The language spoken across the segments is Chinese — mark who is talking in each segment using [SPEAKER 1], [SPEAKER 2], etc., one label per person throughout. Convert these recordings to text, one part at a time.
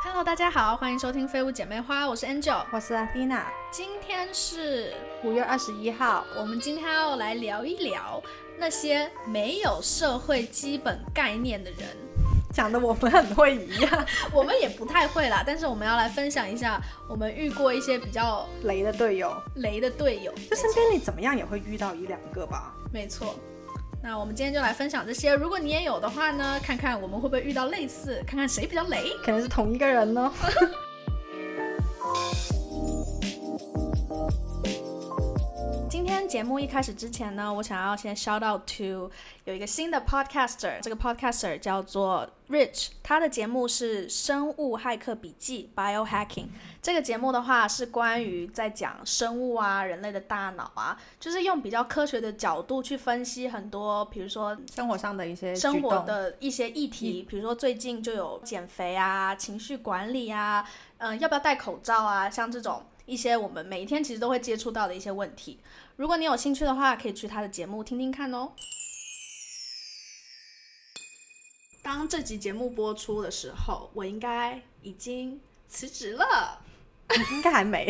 [SPEAKER 1] Hello，大家好，欢迎收听《飞舞姐妹花》，我是 Angel。
[SPEAKER 2] 我是阿蒂娜，
[SPEAKER 1] 今天是
[SPEAKER 2] 五月二十一号，
[SPEAKER 1] 我们今天要来聊一聊那些没有社会基本概念的人。
[SPEAKER 2] 讲的我们很会一 样，
[SPEAKER 1] 我们也不太会啦，但是我们要来分享一下我们遇过一些比较
[SPEAKER 2] 雷的队友，
[SPEAKER 1] 雷的队友。
[SPEAKER 2] 就身边你怎么样也会遇到一两个吧。
[SPEAKER 1] 没错。那我们今天就来分享这些，如果你也有的话呢，看看我们会不会遇到类似，看看谁比较雷。
[SPEAKER 2] 可能是同一个人哦呢。
[SPEAKER 1] 今天节目一开始之前呢，我想要先 shout out to 有一个新的 podcaster，这个 podcaster 叫做 Rich，他的节目是《生物骇客笔记》（Biohacking）。这个节目的话是关于在讲生物啊、人类的大脑啊，就是用比较科学的角度去分析很多，比如说
[SPEAKER 2] 生活上的一些
[SPEAKER 1] 生
[SPEAKER 2] 举
[SPEAKER 1] 活
[SPEAKER 2] 动，嗯
[SPEAKER 1] 的一些议题，比如说最近就有减肥啊、情绪管理啊，嗯、要不要戴口罩啊，像这种一些我们每一天其实都会接触到的一些问题。如果你有兴趣的话，可以去他的节目听听看哦。当这集节目播出的时候，我应该已经辞职了。
[SPEAKER 2] 应该还没。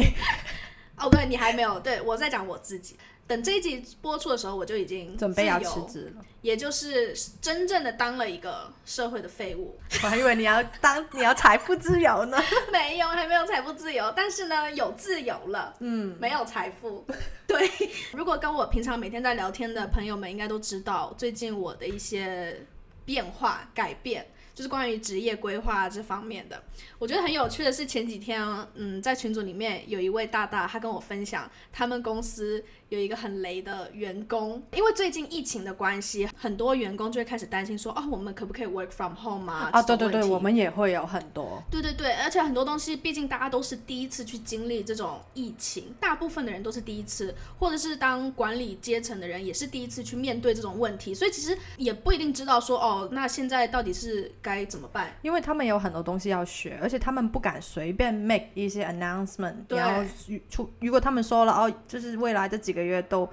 [SPEAKER 1] 哦，对你还没有，对我在讲我自己。等这一集播出的时候，我就已经
[SPEAKER 2] 准备要
[SPEAKER 1] 自由
[SPEAKER 2] 辞，职了，
[SPEAKER 1] 也就是真正的当了一个社会的废物。
[SPEAKER 2] 我还以为你要当你要财富自由呢。
[SPEAKER 1] 没有，还没有财富自由，但是呢，有自由了，
[SPEAKER 2] 嗯，
[SPEAKER 1] 没有财 富。对，如果跟我平常每天在聊天的朋友们，应该都知道最近我的一些变化、改变，就是关于职业规划这方面的。我觉得很有趣的是，前几天，嗯，在群组里面有一位大大，他跟我分享，他们公司有一个很雷的员工，因为最近疫情的关系，很多员工就会开始担心说，哦，我们可不可以 work from home 啊？
[SPEAKER 2] 啊，
[SPEAKER 1] 这
[SPEAKER 2] 对
[SPEAKER 1] 种
[SPEAKER 2] 对对，
[SPEAKER 1] 问题
[SPEAKER 2] 我们也会有很多。
[SPEAKER 1] 对对对，而且很多东西，毕竟大家都是第一次去经历这种疫情，大部分的人都是第一次，或者是当管理阶层的人也是第一次去面对这种问题，所以其实也不一定知道说哦，那现在到底是该怎么办。
[SPEAKER 2] 因为他们有很多东西要学，而且他们不敢随便 make 一些 announcement。
[SPEAKER 1] 对
[SPEAKER 2] 然后出，如果他们说了哦，就是未来这几个月都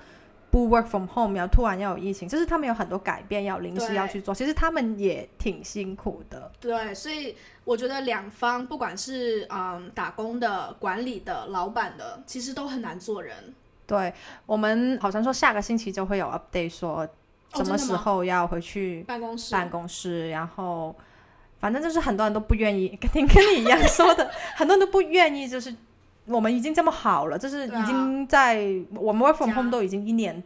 [SPEAKER 2] 不 work from home，然后突然要有疫情，就是他们有很多改变要临时
[SPEAKER 1] 对
[SPEAKER 2] 要去做。其实他们也挺辛苦的。
[SPEAKER 1] 对，啊所以我觉得两方不管是嗯打工的、管理的、老板的，其实都很难做人。
[SPEAKER 2] 对我们好像说下个星期就会有 update，说
[SPEAKER 1] 哦
[SPEAKER 2] 什么
[SPEAKER 1] 真的
[SPEAKER 2] 时
[SPEAKER 1] 吗
[SPEAKER 2] 候要回去
[SPEAKER 1] 办公室
[SPEAKER 2] 办公室，然后反正就是很多人都不愿意， 跟跟你一样说的， 很多人都不愿意，就是我们已经这么好了，就是
[SPEAKER 1] 对啊
[SPEAKER 2] 已经在、我们 work from
[SPEAKER 1] 家
[SPEAKER 2] home 都已经一年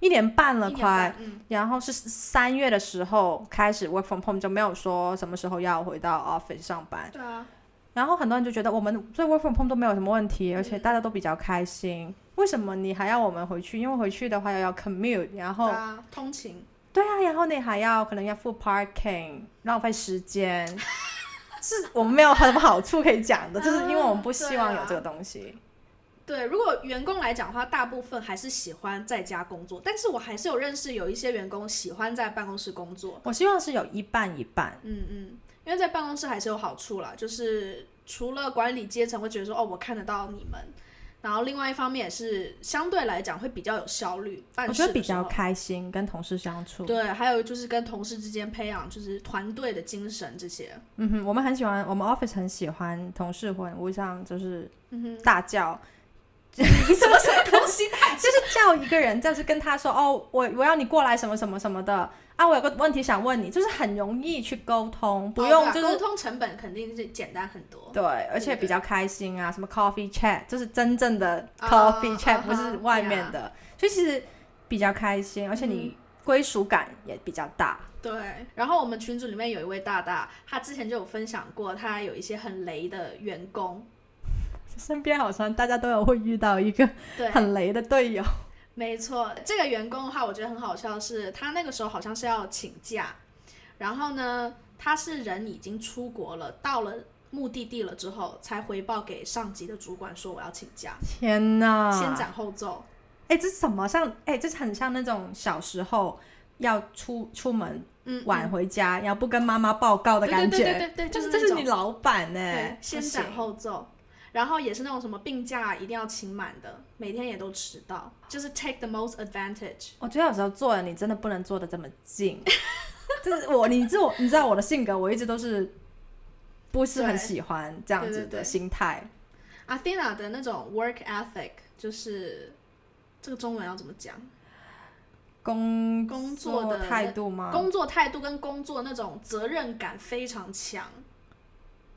[SPEAKER 2] 一年半了
[SPEAKER 1] 一年
[SPEAKER 2] 快
[SPEAKER 1] 半，，嗯，
[SPEAKER 2] 然后是三月的时候开始 work from home，就没有说什么时候要回到 office 上班，
[SPEAKER 1] 对啊，
[SPEAKER 2] 然后很多人就觉得我们做 work from home 都没有什么问题，
[SPEAKER 1] 嗯
[SPEAKER 2] 而且大家都比较开心。为什么你还要我们回去？因为回去的话要要 commute，然
[SPEAKER 1] 对
[SPEAKER 2] 后
[SPEAKER 1] 啊，通勤。
[SPEAKER 2] 对啊，然后你还要可能要付 parking，浪费时间。 是我们没有什么好处可以讲的，
[SPEAKER 1] 啊
[SPEAKER 2] 就是因为我们不希望有这个东西。
[SPEAKER 1] 对，如果员工来讲的话，大部分还是喜欢在家工作，但是我还是有认识有一些员工喜欢在办公室工作。
[SPEAKER 2] 我希望是有一半一半。
[SPEAKER 1] 嗯嗯，因为在办公室还是有好处啦，就是除了管理阶层会觉得说哦，我看得到你们，然后另外一方面也是相对来讲会比较有效率，办
[SPEAKER 2] 我
[SPEAKER 1] 事
[SPEAKER 2] 觉得
[SPEAKER 1] 的
[SPEAKER 2] 比
[SPEAKER 1] 时候
[SPEAKER 2] 较开心，跟同事相处。
[SPEAKER 1] 对，还有就是跟同事之间培养就是团队的精神这些。
[SPEAKER 2] 嗯哼，我们很喜欢，我们 office 很喜欢同事混，互相就是
[SPEAKER 1] 嗯哼，
[SPEAKER 2] 大叫，
[SPEAKER 1] 什么什么东西？
[SPEAKER 2] 就是叫一个人，就是跟他说哦，我我要你过来什么什么什么的啊，我有个问题想问你，就是很容易去沟通， 不
[SPEAKER 1] 哦对
[SPEAKER 2] 用
[SPEAKER 1] 啊
[SPEAKER 2] 就是、
[SPEAKER 1] 沟通成本肯定是简单很多。
[SPEAKER 2] 对，而且比较开心啊，什么 coffee chat，就是真正的
[SPEAKER 1] 啊
[SPEAKER 2] coffee
[SPEAKER 1] 啊
[SPEAKER 2] chat，、
[SPEAKER 1] 哈
[SPEAKER 2] 不是外面的，所以其实比较开心，而且
[SPEAKER 1] 嗯
[SPEAKER 2] 你归属感也比较大。
[SPEAKER 1] 对，然后我们群组里面有一位大大，他之前就有分享过，他有一些很雷的员工。
[SPEAKER 2] 身边好像大家都有会遇到一个
[SPEAKER 1] 对，
[SPEAKER 2] 很雷的队友，
[SPEAKER 1] 没错，这个员工的话，我觉得很好笑的是，他那个时候好像是要请假，然后呢，他是人已经出国了，到了目的地了之后，才回报给上级的主管说我要请假，
[SPEAKER 2] 天哪！
[SPEAKER 1] 先斩后奏。
[SPEAKER 2] 哎，这是什么？像哎，这是很像那种小时候要出出门
[SPEAKER 1] 嗯，嗯
[SPEAKER 2] 晚回家，然后不跟妈妈报告的
[SPEAKER 1] 对
[SPEAKER 2] 感
[SPEAKER 1] 对
[SPEAKER 2] 觉。
[SPEAKER 1] 对对对对，就
[SPEAKER 2] 就是这
[SPEAKER 1] 那
[SPEAKER 2] 是
[SPEAKER 1] 种
[SPEAKER 2] 你老板呢、
[SPEAKER 1] 对，先
[SPEAKER 2] 哎不
[SPEAKER 1] 斩
[SPEAKER 2] 行
[SPEAKER 1] 后奏。然后也是那种什么病假一定要请满的，每天也都迟到，就是 take the most advantage。
[SPEAKER 2] 我觉得有时候做人你真的不能做的这么近，就是我，你知我，你知道我的性格，我一直都是不是很
[SPEAKER 1] 对
[SPEAKER 2] 喜欢这样
[SPEAKER 1] 对对
[SPEAKER 2] 子的
[SPEAKER 1] 对
[SPEAKER 2] 心态。
[SPEAKER 1] Athena 的那种 work ethic 就是这个中文要怎么讲？
[SPEAKER 2] 工
[SPEAKER 1] 工作的
[SPEAKER 2] 态度吗？
[SPEAKER 1] 工作态度跟工作那种责任感非常强。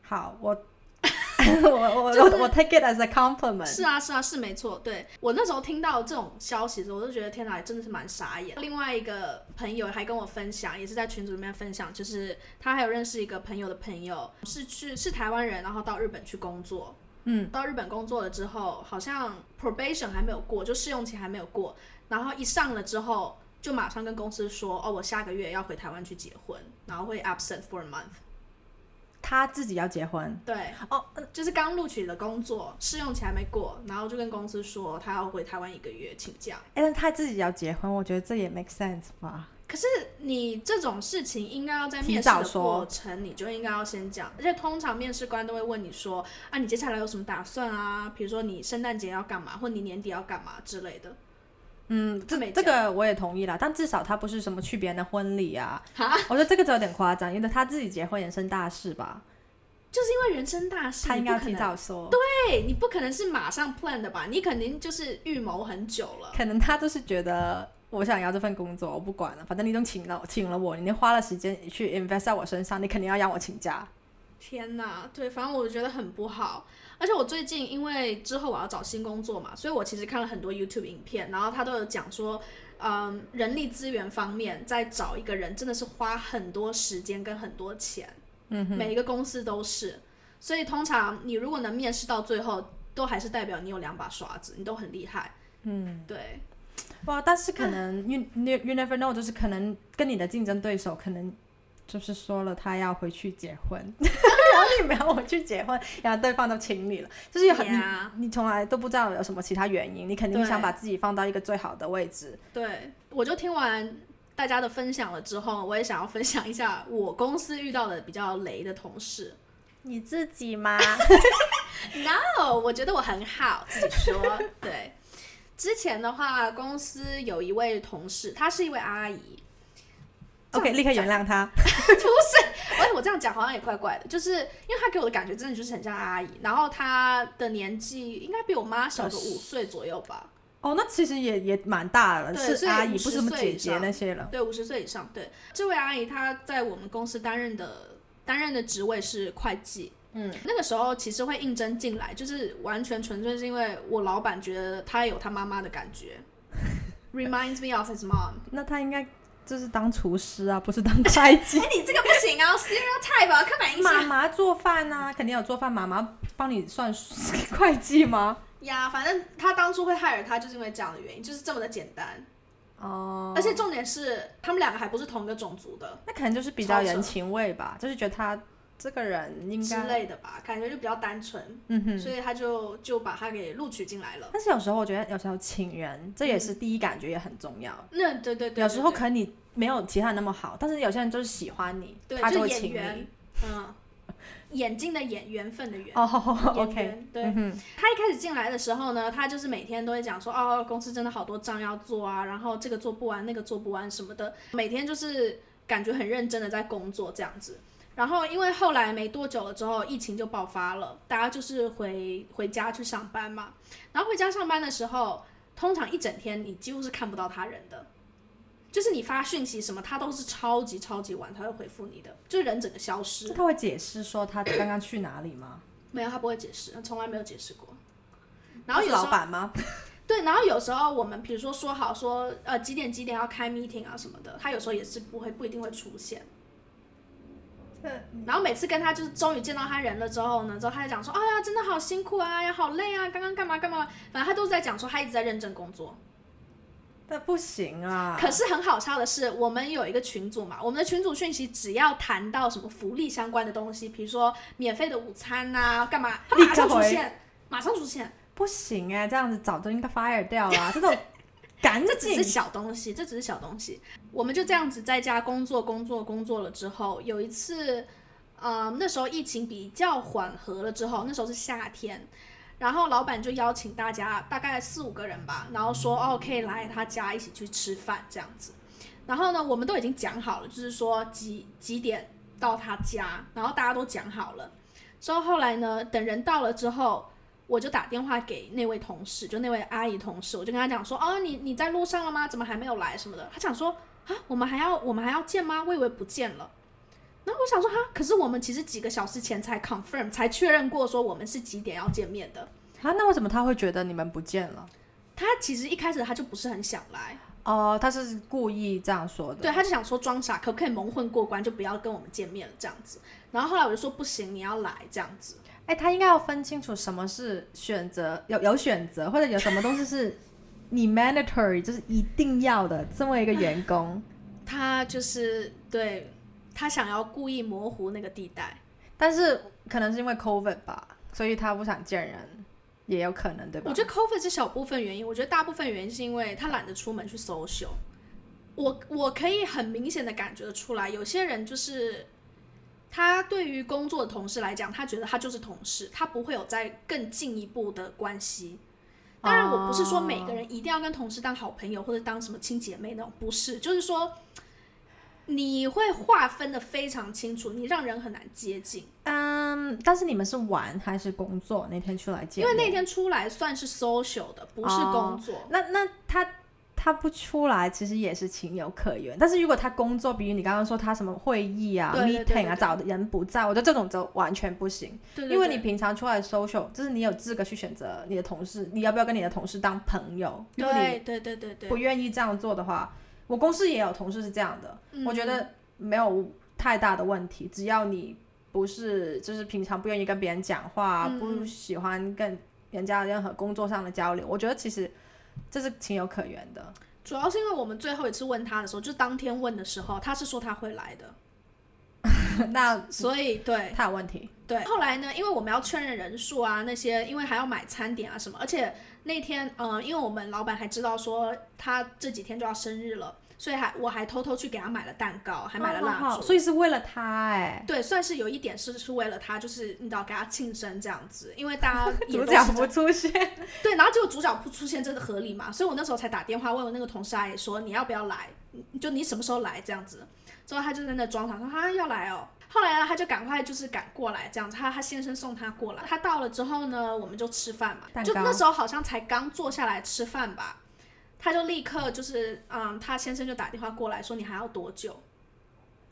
[SPEAKER 2] 好，我我我、我我 take it as a compliment。
[SPEAKER 1] 是啊，是啊，是没错。对我那时候听到这种消息的时候，我就觉得天哪，真的是蛮傻眼。另外一个朋友还跟我分享，也是在群组里面分享，就是他还有认识一个朋友的朋友，是去是台湾人，然后到日本去工作。
[SPEAKER 2] 嗯，
[SPEAKER 1] 到日本工作了之后，好像 probation 还没有过，就试用期还没有过，然后一上了之后，就马上跟公司说，哦，我下个月要回台湾去结婚，然后会 absent for a month。
[SPEAKER 2] 他自己要结婚，
[SPEAKER 1] 对，
[SPEAKER 2] 哦，
[SPEAKER 1] 就是刚录取的工作，试用期还没过，然后就跟公司说他要回台湾一个月请假。
[SPEAKER 2] 哎，但他自己要结婚，我觉得这也 make sense 吧。
[SPEAKER 1] 可是你这种事情应该要在
[SPEAKER 2] 提
[SPEAKER 1] 面试
[SPEAKER 2] 早
[SPEAKER 1] 的
[SPEAKER 2] 说
[SPEAKER 1] 过程，你就应该要先讲。而且通常面试官都会问你说啊，你接下来有什么打算啊？比如说你圣诞节要干嘛，或你年底要干嘛之类的。
[SPEAKER 2] 嗯，
[SPEAKER 1] 这没
[SPEAKER 2] 这
[SPEAKER 1] 讲
[SPEAKER 2] 个我也同意啦，但至少他不是什么去别人的婚礼啊。
[SPEAKER 1] 哈
[SPEAKER 2] 我觉得这个就有点夸张，因为他自己结婚人生大事吧，
[SPEAKER 1] 就是因为人生大事，
[SPEAKER 2] 他应该要
[SPEAKER 1] 你不可
[SPEAKER 2] 提
[SPEAKER 1] 能
[SPEAKER 2] 早说。
[SPEAKER 1] 对你不可能是马上 plan 的吧？你肯定就是预谋很久了。
[SPEAKER 2] 可能他就是觉得我想要这份工作，我不管了，反正你都请了请了我，你花了时间去 invest 在我身上，你肯定要让我请假。
[SPEAKER 1] 天呐，对，反正我觉得很不好。而且我最近因为之后我要找新工作嘛，所以我其实看了很多 YouTube 影片，然后他都有讲说，嗯，人力资源方面在找一个人真的是花很多时间跟很多钱，
[SPEAKER 2] 嗯哼，
[SPEAKER 1] 每一个公司都是。所以通常你如果能面试到最后，都还是代表你有两把刷子，你都很厉害。
[SPEAKER 2] 嗯，
[SPEAKER 1] 对，
[SPEAKER 2] 哇，但是可能 you you you never know，就是可能跟你的竞争对手可能就是说了他要回去结婚， 然后你没有回去结婚，然后对方都请你了，就是有很
[SPEAKER 1] Yeah
[SPEAKER 2] 你你从来都不知道有什么其他原因，你肯定想
[SPEAKER 1] 对
[SPEAKER 2] 把自己放到一个最好的位置。
[SPEAKER 1] 对，我就听完大家的分享了之后，我也想要分享一下我公司遇到的比较雷的同事。
[SPEAKER 2] 你自己吗？
[SPEAKER 1] No，我觉得我很好，自己说。对，之前的话，公司有一位同事，她是一位阿姨。
[SPEAKER 2] OK，立刻原谅他。
[SPEAKER 1] 哎，我这样讲好像也怪怪的，就是因为她给我的感觉真的就是很像阿姨，然后她的年纪应该比我妈小个
[SPEAKER 2] 二
[SPEAKER 1] 五岁左右吧，
[SPEAKER 2] 哦，那其实也也蛮大了，
[SPEAKER 1] 对
[SPEAKER 2] 是
[SPEAKER 1] 所以
[SPEAKER 2] 阿姨，
[SPEAKER 1] 50
[SPEAKER 2] 不是什么
[SPEAKER 1] 岁
[SPEAKER 2] 姐
[SPEAKER 1] 以
[SPEAKER 2] 姐
[SPEAKER 1] 上
[SPEAKER 2] 那些了。
[SPEAKER 1] 对，五十岁以上。对，这位阿姨她在我们公司担任的担任的职位是会计。
[SPEAKER 2] 嗯，
[SPEAKER 1] 那个时候其实会应征进来，就是完全纯粹是因为我老板觉得她有她妈妈的感觉 ，reminds me of his mom。
[SPEAKER 2] 那他应该就是当厨师啊，不是当 会计。
[SPEAKER 1] 你这个不行啊，stereotype 啊，刻板印
[SPEAKER 2] 妈
[SPEAKER 1] 象
[SPEAKER 2] 妈做饭啊，肯定有做饭，妈妈帮你算 会计吗？
[SPEAKER 1] 呀。反正他当初会害了他，就是因为这样的原因，就是这么的简单。
[SPEAKER 2] 哦，
[SPEAKER 1] 而且重点是，他们两个还不是同一个种族的
[SPEAKER 2] 那可能就是比较
[SPEAKER 1] 超扯
[SPEAKER 2] 人情味吧，就是觉得他这个人应
[SPEAKER 1] 之
[SPEAKER 2] 该，
[SPEAKER 1] 类的吧，感觉就比较单纯，
[SPEAKER 2] 嗯哼。
[SPEAKER 1] 所以他就就把他给录取进来了。
[SPEAKER 2] 但是有时候我觉得，有时候请人，这也是第一感觉也很重要。
[SPEAKER 1] 那对嗯对对，
[SPEAKER 2] 有时候
[SPEAKER 1] 对
[SPEAKER 2] 可能你没有其他人那么好，但是有些人就是喜欢你，
[SPEAKER 1] 对
[SPEAKER 2] 他
[SPEAKER 1] 就
[SPEAKER 2] 会
[SPEAKER 1] 演
[SPEAKER 2] 请
[SPEAKER 1] 员
[SPEAKER 2] 你。
[SPEAKER 1] 嗯，眼睛的眼，缘分的缘。
[SPEAKER 2] 哦
[SPEAKER 1] 演
[SPEAKER 2] ，OK，
[SPEAKER 1] 员对、他一开始进来的时候呢，他就是每天都会讲说，哦，公司真的好多账要做啊，然后这个做不完，那个做不完什么的，每天就是感觉很认真的在工作这样子。然后因为后来没多久了之后，疫情就爆发了，大家就是回回家去上班嘛。然后回家上班的时候，通常一整天你几乎是看不到他人的。就是你发讯息什么，他都是超级超级晚才会回复你的，就人整个消失
[SPEAKER 2] 那。他会解释说他刚刚去哪里吗？
[SPEAKER 1] 没有，他不会解释，他从来没有解释过。然后有
[SPEAKER 2] 是
[SPEAKER 1] 时
[SPEAKER 2] 嗯老
[SPEAKER 1] 候
[SPEAKER 2] 板吗？
[SPEAKER 1] 对，然后有时候我们比如说说好说呃几点几点要开 meeting 啊什么的，他有时候也是不会不一定会出现。
[SPEAKER 2] 嗯
[SPEAKER 1] 然后每次跟他就是终于见到他人了之后呢，之后他就讲说，哎呀，真的好辛苦啊，呀好累啊，刚刚干嘛干嘛，反正他都是在讲说他一直在认真工作。
[SPEAKER 2] 那不行啊！
[SPEAKER 1] 可是很好笑的是，我们有一个群组嘛，我们的群组讯息只要谈到什么福利相关的东西，比如说免费的午餐呐、干嘛，他马上
[SPEAKER 2] 立刻
[SPEAKER 1] 出
[SPEAKER 2] 回
[SPEAKER 1] 现，马上出现。
[SPEAKER 2] 不行哎、这样子早就应该 fire 掉啦、这种赶
[SPEAKER 1] 这只
[SPEAKER 2] 紧
[SPEAKER 1] 是小东西，这只是小东西。我们就这样子在家工作，工作，工作了之后，有一次，呃，那时候疫情比较缓和了之后，那时候是夏天，然后老板就邀请大家大概四五个人吧，然后说哦，可以来他家一起去吃饭这样子。然后呢，我们都已经讲好了，就是说几几点到他家，然后大家都讲好了。之后后来呢，等人到了之后，我就打电话给那位同事，就那位阿姨同事，我就跟她讲说，哦，你你在路上了吗？怎么还没有来什么的？她讲说，啊，我们还要我们还要见吗？我以为不见了。然后我想说，哈，可是我们其实几个小时前才 confirm 才确认过说我们是几点要见面的。
[SPEAKER 2] 啊，那为什么他会觉得你们不见了？
[SPEAKER 1] 她其实一开始她就不是很想来，
[SPEAKER 2] 哦，他是故意这样说的。
[SPEAKER 1] 对，他就想说装傻，可不可以蒙混过关，就不要跟我们见面了这样子。然后后来我就说不行，你要来这样子。
[SPEAKER 2] 哎，他应该要分清楚什么是选择，有有选择，或者有什么东西是你 mandatory，就是一定要的。身为一个员 工，
[SPEAKER 1] 他就是对他想要故意模糊那个地带，
[SPEAKER 2] 但是可能是因为 COVID 吧，所以他不想见人，也有可能，对吧？
[SPEAKER 1] 我觉得 COVID 是小部分原因，我觉得大部分原因是因为他懒得出门去 social。我我可以很明显的感觉得出来，有些人就是他对于工作的同事来讲，他觉得他就是同事，他不会有在更进一步的关系。当然，我不是说每个
[SPEAKER 2] 哦
[SPEAKER 1] 人一定要跟同事当好朋友或者当什么亲姐妹那种，不是，就是说你会划分的非常清楚，你让人很难接近。
[SPEAKER 2] 嗯，但是你们是玩还是工作？那天出来见
[SPEAKER 1] 因
[SPEAKER 2] 面，
[SPEAKER 1] 为那天出来算是 social 的，不是工作。
[SPEAKER 2] 那那他他不出来，其实也是情有可原。但是如果他工作，比如你刚刚说他什么会议啊、
[SPEAKER 1] 对对对
[SPEAKER 2] meeting
[SPEAKER 1] 对
[SPEAKER 2] 啊，
[SPEAKER 1] 对
[SPEAKER 2] 找的人不在，我觉得这种就完全不行。
[SPEAKER 1] 对对
[SPEAKER 2] 因为你
[SPEAKER 1] 对
[SPEAKER 2] 平常出来 social，就是你有资格去选择你的同事，你要不要跟你的同事当朋友？如果你
[SPEAKER 1] 对对对对
[SPEAKER 2] 不
[SPEAKER 1] 对，
[SPEAKER 2] 愿意这样做的话，我公司也有同事是这样的，
[SPEAKER 1] 嗯
[SPEAKER 2] 我觉得没有太大的问题，只要你不是就是平常不愿意跟别人讲话，
[SPEAKER 1] 嗯
[SPEAKER 2] 不喜欢跟人家任何工作上的交流，我觉得其实这是情有可原 的。
[SPEAKER 1] 主要是因为我们最后一次问他的时候，就当天问的时候，他是说他会来的，
[SPEAKER 2] 那
[SPEAKER 1] 所以对，
[SPEAKER 2] 他有问题，
[SPEAKER 1] 对，后来呢，因为我们要确认人数啊，那些因为还要买餐点啊什么，而且那天，嗯、因为我们老板还知道说他这几天就要生日了，所以还我还偷偷去给他买了蛋糕，还买了
[SPEAKER 2] 哦好
[SPEAKER 1] 蜡
[SPEAKER 2] 好
[SPEAKER 1] 烛，
[SPEAKER 2] 所以是为了他哎、
[SPEAKER 1] 对，算是有一点是是为了他，就是你知道给他庆生这样子，因为大家也
[SPEAKER 2] 主
[SPEAKER 1] 都
[SPEAKER 2] 角
[SPEAKER 1] 是
[SPEAKER 2] 不出现，
[SPEAKER 1] 对，然后结果主角不出现，这个合理嘛？所以我那时候才打电话问我那个同事阿姨说你要不要来，嗯就你什么时候来这样子。之后他就在那装傻说啊要来哦。后来呢，他就赶快就是赶过来这样子，他他先生送他过来。他到了之后呢，我们就吃饭嘛，
[SPEAKER 2] 蛋
[SPEAKER 1] 就
[SPEAKER 2] 糕
[SPEAKER 1] 那时候好像才刚坐下来吃饭吧，他就立刻就是嗯，他先生就打电话过来说你还要多久？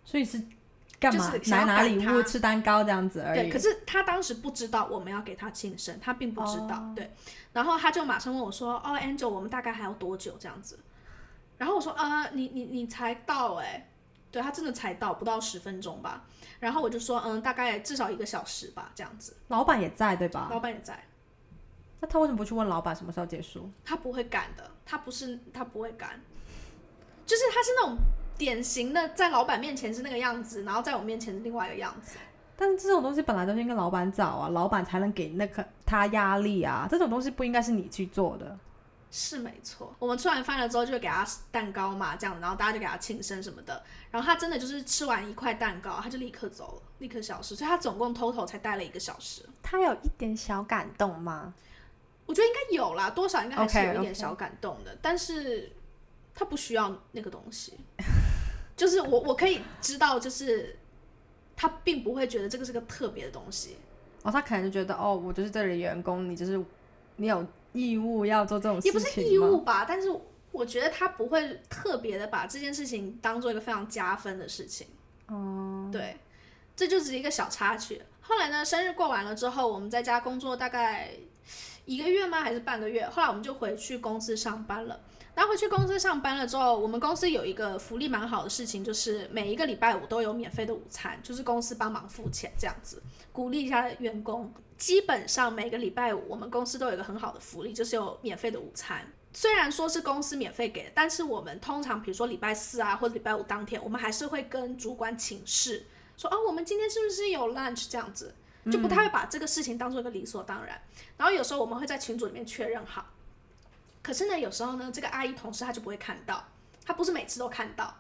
[SPEAKER 2] 所以是干嘛？
[SPEAKER 1] 就是想
[SPEAKER 2] 拿
[SPEAKER 1] 要
[SPEAKER 2] 拿
[SPEAKER 1] 赶
[SPEAKER 2] 礼
[SPEAKER 1] 他
[SPEAKER 2] 物、吃蛋糕这样子而
[SPEAKER 1] 对，
[SPEAKER 2] 已
[SPEAKER 1] 可。是他当时不知道我们要给他庆生，他并不知道。
[SPEAKER 2] 哦
[SPEAKER 1] 对，然后他就马上问我说：“哦，Angel，我们大概还要多久这样子？”然后我说：“呃，你你你才到哎、对他真的才到不到十分钟吧。”然后我就说：“嗯，大概至少一个小时吧，这样子。
[SPEAKER 2] 老板也在对”吧？
[SPEAKER 1] 老板也在，
[SPEAKER 2] 那他为什么不去问老板什么时候结束？
[SPEAKER 1] 他不会赶的，他不是他不会赶，就是他是那种典型的在老板面前是那个样子，然后在我面前是另外一个样子。
[SPEAKER 2] 但是这种东西本来都是应该老板找啊，老板才能给那个他压力啊。这种东西不应该是你去做的。
[SPEAKER 1] 是没错，我们吃完饭了之后就给他蛋糕嘛，这样，然后大家就给他庆生什么的。然后他真的就是吃完一块蛋糕，他就立刻走了，立刻消失。所以他总共 total 才待了一个小时，
[SPEAKER 2] 他有一点小感动吗？
[SPEAKER 1] 我觉得应该有啦，多少应该还是
[SPEAKER 2] OK，
[SPEAKER 1] 有一点
[SPEAKER 2] OK
[SPEAKER 1] 小感动的但是他不需要那个东西， 就是我我可以知道，就是他并不会觉得这个是个特别的东西。
[SPEAKER 2] 哦，他可能就觉得哦，我就是这里的员工，你就是你有义务要做这种事
[SPEAKER 1] 也
[SPEAKER 2] 情
[SPEAKER 1] 不
[SPEAKER 2] 吗
[SPEAKER 1] 是义务吧，但是我觉得他不会特别的把这件事情当做一个非常加分的事情。哦，对，这就只是一个小插曲。后来呢，生日过完了之后，我们在家工作大概一个月吗？还是半个月？后来我们就回去公司上班了。然后回去公司上班了之后，我们公司有一个福利蛮好的事情，就是每一个礼拜五都有免费的午餐，就是公司帮忙付钱这样子，鼓励一下员工。基本上每个礼拜五，我们公司都有一个很好的福利，就是有免费的午餐。虽然说是公司免费给的，但是我们通常比如说礼拜四啊或者礼拜五当天，我们还是会跟主管请示，说哦，我们今天是不是有 lunch 这样子，就不太会把这个事情当做一个理所当然。然后有时候我们会在群组里面确认好，可是呢，有时候呢，这个阿姨同事她就不会看到，她不是每次都看到。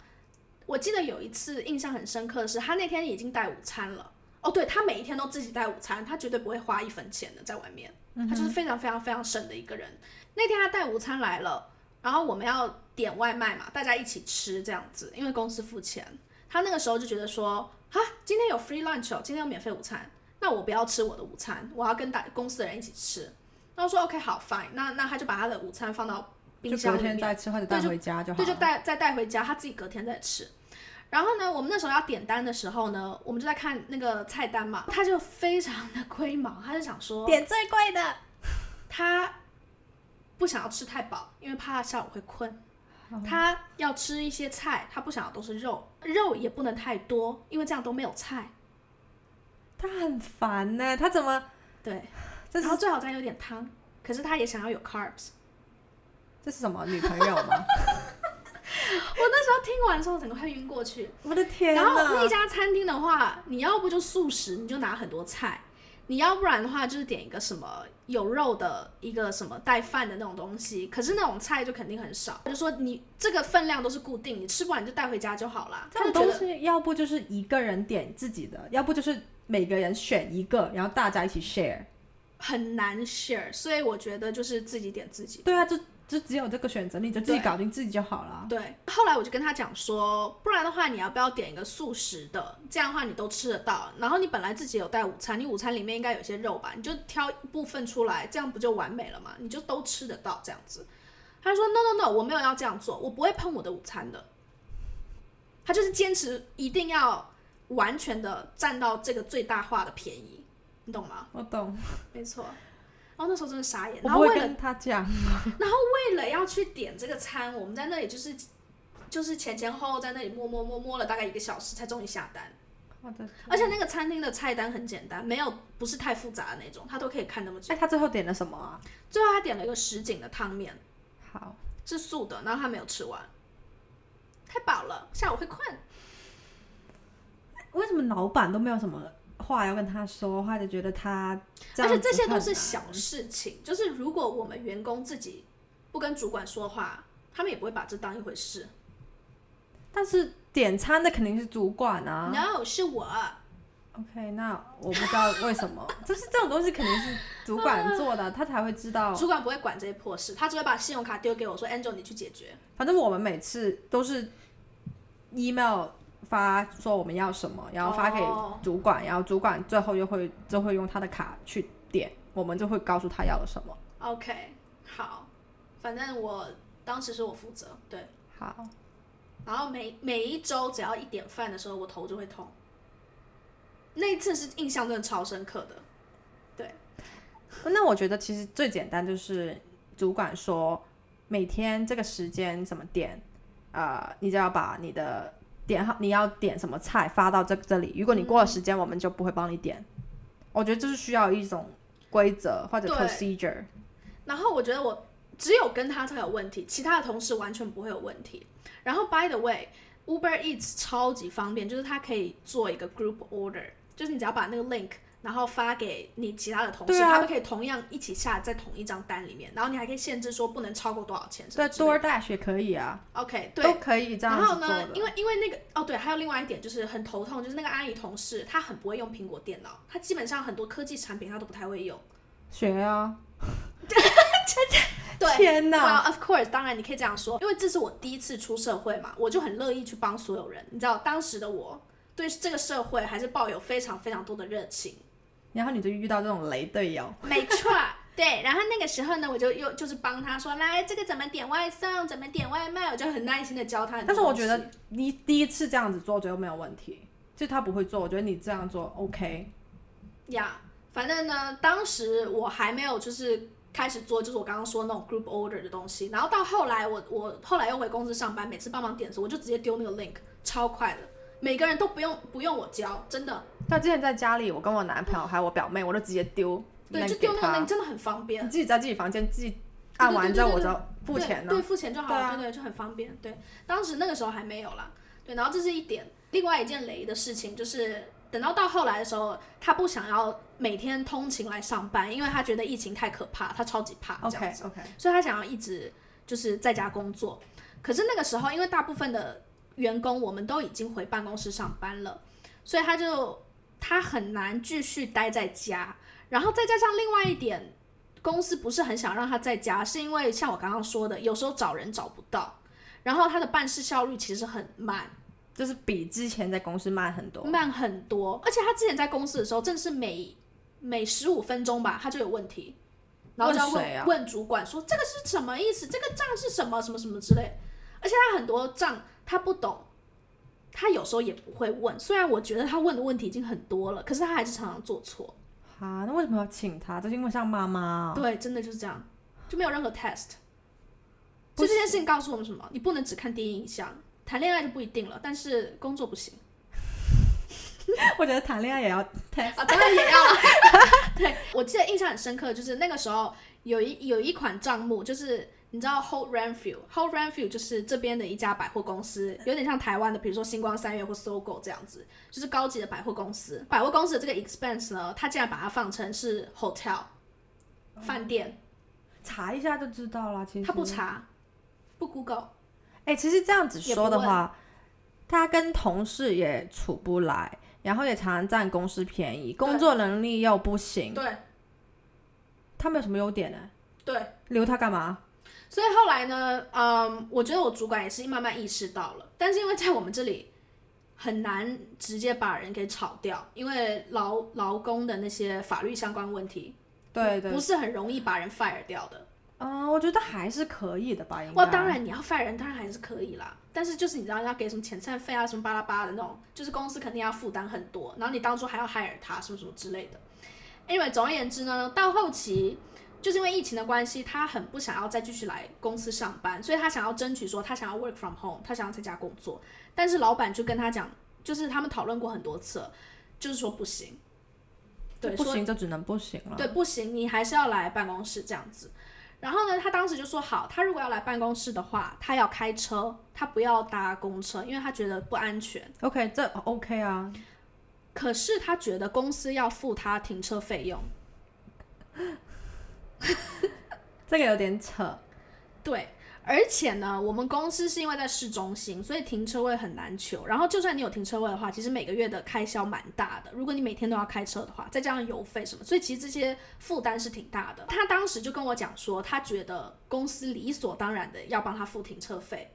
[SPEAKER 1] 我记得有一次印象很深刻的是，她那天已经带午餐了。哦，对，她每一天都自己带午餐，她绝对不会花一分钱的在外面，
[SPEAKER 2] 嗯
[SPEAKER 1] 她就是非常非常非常省的一个人。那天她带午餐来了，然后我们要点外卖嘛，大家一起吃这样子，因为公司付钱。她那个时候就觉得说，啊，今天有 free lunch 哦，今天有免费午餐，那那我不要吃我的午餐，我要跟打公司的人一起吃。然后说 OK 好 fine，那那他就把他的午餐放到冰
[SPEAKER 2] 就
[SPEAKER 1] 箱
[SPEAKER 2] 隔
[SPEAKER 1] 里面
[SPEAKER 2] 天，再吃或者
[SPEAKER 1] 对
[SPEAKER 2] 带回家啊就好
[SPEAKER 1] 对，
[SPEAKER 2] 了。
[SPEAKER 1] 就带再带回家，他自己隔天再吃。然后呢，我们那时候要点单的时候呢，我们就在看那个菜单嘛，他就非常的龟毛，他就想说
[SPEAKER 2] 点最贵的，
[SPEAKER 1] 他不想要吃太饱，因为怕下午会困。
[SPEAKER 2] 哦
[SPEAKER 1] 他要吃一些菜，他不想要都是肉，肉也不能太多，因为这样都没有菜。
[SPEAKER 2] 他很烦呢、他怎么
[SPEAKER 1] 对，
[SPEAKER 2] 这
[SPEAKER 1] 然
[SPEAKER 2] 是
[SPEAKER 1] 后最好再有点汤，可是他也想要有 carbs。
[SPEAKER 2] 这是什么女朋友吗？
[SPEAKER 1] 我那时候听完之后，整个快晕过去。
[SPEAKER 2] 我的天
[SPEAKER 1] 然后那
[SPEAKER 2] 呐！
[SPEAKER 1] 家餐厅的话，你要不就素食，你就拿很多菜；你要不然的话，就是点一个什么有肉的一个什么带饭的那种东西。可是那种菜就肯定很少，就说你这个分量都是固定，你吃不完你就带回家就好啦。
[SPEAKER 2] 这种
[SPEAKER 1] 他就觉
[SPEAKER 2] 东
[SPEAKER 1] 得
[SPEAKER 2] 西要不就是一个人点自己的，要不就是每个人选一个，然后大家一起 share。
[SPEAKER 1] 很难 share，所以我觉得就是自己点自己。
[SPEAKER 2] 对啊，就就只有这个选择，你就自己
[SPEAKER 1] 对
[SPEAKER 2] 搞定自己就好了。
[SPEAKER 1] 对，后来我就跟他讲说，不然的话，你要不要点一个素食的？这样的话你都吃得到。然后你本来自己有带午餐，你午餐里面应该有些肉吧，你就挑一部分出来，这样不就完美了吗？你就都吃得到这样子。他说 no no no，我没有要这样做，我不会碰我的午餐的。他就是坚持一定要完全的占到这个最大化的便宜，你懂吗？
[SPEAKER 2] 我懂，
[SPEAKER 1] 没错。然后那时候真的傻眼，
[SPEAKER 2] 我
[SPEAKER 1] 然后
[SPEAKER 2] 不
[SPEAKER 1] 为
[SPEAKER 2] 会
[SPEAKER 1] 了
[SPEAKER 2] 跟他讲。
[SPEAKER 1] 为了要去点这个餐，我们在那里就是就是前前后后在那里摸摸摸摸了大概一个小时，才终于下单。
[SPEAKER 2] 我的，
[SPEAKER 1] 而且那个餐厅的菜单很简单，没有不是太复杂的那种，他都可以看那么久。
[SPEAKER 2] 哎，他最后点了什么啊？
[SPEAKER 1] 最后他点了一个什锦的汤面，
[SPEAKER 2] 好，
[SPEAKER 1] 是素的，然后他没有吃完，太饱了，下午会困。
[SPEAKER 2] 为什么老板都没有什么话要跟他说，或者觉得他
[SPEAKER 1] 而
[SPEAKER 2] 样
[SPEAKER 1] 且这
[SPEAKER 2] 子
[SPEAKER 1] 些都
[SPEAKER 2] 很
[SPEAKER 1] 是
[SPEAKER 2] 难
[SPEAKER 1] 小事情，就是如果我们员工自己不跟主管说话，他们也不会把这当一回事。
[SPEAKER 2] 但是点餐的肯定是主管啊。
[SPEAKER 1] No，是我。
[SPEAKER 2] OK，那我不知道为什么， 就是这种东西肯定是主管做的，他才会知道。
[SPEAKER 1] 主管不会管这些破事，他只会把信用卡丢给我说：“Angel，你去解决。
[SPEAKER 2] 反正我们每次都是 email 发说我们要什么，然后发给
[SPEAKER 1] 哦
[SPEAKER 2] 主管，然后主管最后又会就会用他的卡去点，我们就会告诉他要了什么。”
[SPEAKER 1] OK，好，反正我当时是我负责，对。
[SPEAKER 2] 好，
[SPEAKER 1] 然后每每一周只要一点饭的时候，我头就会痛。那一次是印象真的超深刻的，
[SPEAKER 2] 那我觉得其实最简单就是主管说每天这个时间怎么点，呃，你就要把你的点好，你要点什么菜发到这这里。如果你过了时间，我们就不会帮你点。我觉得这是需要一种规则或者
[SPEAKER 1] 对
[SPEAKER 2] procedure。
[SPEAKER 1] 然后我觉得我只有跟他才有问题，其他的同事完全不会有问题。然后 by the way。Uber Eats 超级方便，就是它可以做一个 group order，就是你只要把那个 link，然后发给你其他的同事，
[SPEAKER 2] 对啊
[SPEAKER 1] 他们可以同样一起下在同一张单里面，然后你还可以限制说不能超过多少钱什
[SPEAKER 2] 对
[SPEAKER 1] 么之类的。
[SPEAKER 2] ，DoorDash 也可以啊，
[SPEAKER 1] OK，对
[SPEAKER 2] 都，可以这样
[SPEAKER 1] 然
[SPEAKER 2] 子
[SPEAKER 1] 后
[SPEAKER 2] 做的
[SPEAKER 1] 呢，。因为因为那个哦对，还有另外一点就是很头痛，就是那个阿姨同事她很不会用苹果电脑，她基本上很多科技产品她都不太会用。
[SPEAKER 2] 学啊，
[SPEAKER 1] 对。啊
[SPEAKER 2] 天哪！
[SPEAKER 1] Well, of course，当然你可以这样说，因为这是我第一次出社会嘛，我就很乐意去帮所有人。你知道，当时的我对这个社会还是抱有非常非常多的热情。
[SPEAKER 2] 然后你就遇到这种雷队友，
[SPEAKER 1] 没错，对。然后那个时候呢，我就又就是帮他说，来这个怎么点外送，怎么点外卖，我就很耐心的教他很多东
[SPEAKER 2] 但
[SPEAKER 1] 西。
[SPEAKER 2] 是我觉得你第一次这样子做，我觉得没有问题。就他不会做，我觉得你这样做 OK。
[SPEAKER 1] 呀反正呢，当时我还没有就是开始做，就是我刚刚说那种 group order 的东西。然后到后来我，我后来又回公司上班，每次帮忙点的时候，我就直接丢那个 link，超快的，每个人都不用不用我教，真的，
[SPEAKER 2] 他之前在家里，我跟我男朋友还有我表妹，我都直接丢
[SPEAKER 1] 对，
[SPEAKER 2] 那
[SPEAKER 1] 就
[SPEAKER 2] 给
[SPEAKER 1] 丢那个
[SPEAKER 2] 他
[SPEAKER 1] link，，真的很方便
[SPEAKER 2] 你。自己在自己房间自己按完之后，我就付钱
[SPEAKER 1] 对对，
[SPEAKER 2] 了。
[SPEAKER 1] 付钱就好了，
[SPEAKER 2] 对啊
[SPEAKER 1] 对对，就很方便。对，当时那个时候还没有啦。对，然后这是一点。另外一件雷的事情就是，等到到后来的时候，他不想要每天通勤来上班，因为他觉得疫情太可怕，他超级怕这样
[SPEAKER 2] OK
[SPEAKER 1] 子
[SPEAKER 2] OK，
[SPEAKER 1] 所以他想要一直就是在家工作。可是那个时候，因为大部分的员工我们都已经回办公室上班了，所以他就他很难继续待在家。然后再加上另外一点，公司不是很想让他在家，是因为像我刚刚说的，有时候找人找不到，然后他的办事效率其实很慢。
[SPEAKER 2] 就是比之前在公司慢很多。
[SPEAKER 1] 慢很多。而且他之前在公司的时候，正是每每十五分钟吧，他就有问题，然后就要
[SPEAKER 2] 问
[SPEAKER 1] 问
[SPEAKER 2] 谁啊
[SPEAKER 1] 主管说这个是什么意思，这个账是什么什么什么之类的。而且他很多账他不懂，他有时候也不会问。虽然我觉得他问的问题已经很多了，可是他还是常常做错。
[SPEAKER 2] 啊，那为什么要请他？就是因为像妈妈哦、
[SPEAKER 1] 对，真的就是这样，就没有任何 test。所以这件事情告诉我们什么？你不能只看第一印象，谈恋爱就不一定了，但是工作不行
[SPEAKER 2] 我觉得谈恋爱也要 test
[SPEAKER 1] 啊， 当然也要了。对，我记得印象很深刻，就是那个时候有一有一款账目，就是你知道 Hold Renfrew，Hold Renfrew 就是这边的一家百货公司，有点像台湾的，比如说星光三月或搜狗这样子，就是高级的百货公司。百货公司的这个 expense 呢，它竟然把它放成是 hotel 饭店，
[SPEAKER 2] 查一下就知道了。其实
[SPEAKER 1] 它不查，不 Google。
[SPEAKER 2] 哎、其实这样子说的话，他跟同事也处不来，然后也常常占公司便宜，工作能力又不行，
[SPEAKER 1] 对
[SPEAKER 2] 他们有什么优点呢？
[SPEAKER 1] 对，
[SPEAKER 2] 留他干嘛？
[SPEAKER 1] 所以后来呢，嗯，我觉得我主管也是慢慢意识到了，但是因为在我们这里很难直接把人给炒掉，因为劳劳工的那些法律相关问题，
[SPEAKER 2] 对对
[SPEAKER 1] 不，是很容易把人 fire 掉的。
[SPEAKER 2] 嗯、我觉得还是可以的吧，应该。
[SPEAKER 1] 哇，当，然你要 fire 人，当然还是可以啦，但是就是你知道要给什么遣散费啊，什么巴拉巴拉的那种，就是公司肯定要负担很多，然后你当初还要 hire 他什么什么之类的。Anyway，总而言之呢，到后期就是因为疫情的关系，他很不想要再继续来公司上班，所以他想要争取说他想要 work from home，他想要在家工作。但是老板就跟他讲，就是他们讨论过很多次了，就是说不行，对，
[SPEAKER 2] 不
[SPEAKER 1] 说
[SPEAKER 2] 行就只能不行了。
[SPEAKER 1] 对，不行，你还是要来办公室这样子。然后呢，他当时就说好，他如果要来办公室的话，他要开车，他不要搭公车，因为他觉得不安全。
[SPEAKER 2] ，OK，这 OK 啊，
[SPEAKER 1] 可是他觉得公司要付他停车费用，
[SPEAKER 2] 这个有点扯。
[SPEAKER 1] 对。而且呢，我们公司是因为在市中心，所以停车位很难求。然后，就算你有停车位的话，其实每个月的开销蛮大的。如果你每天都要开车的话，再加上油费什么，所以其实这些负担是挺大的。他当时就跟我讲说，他觉得公司理所当然的要帮他付停车费。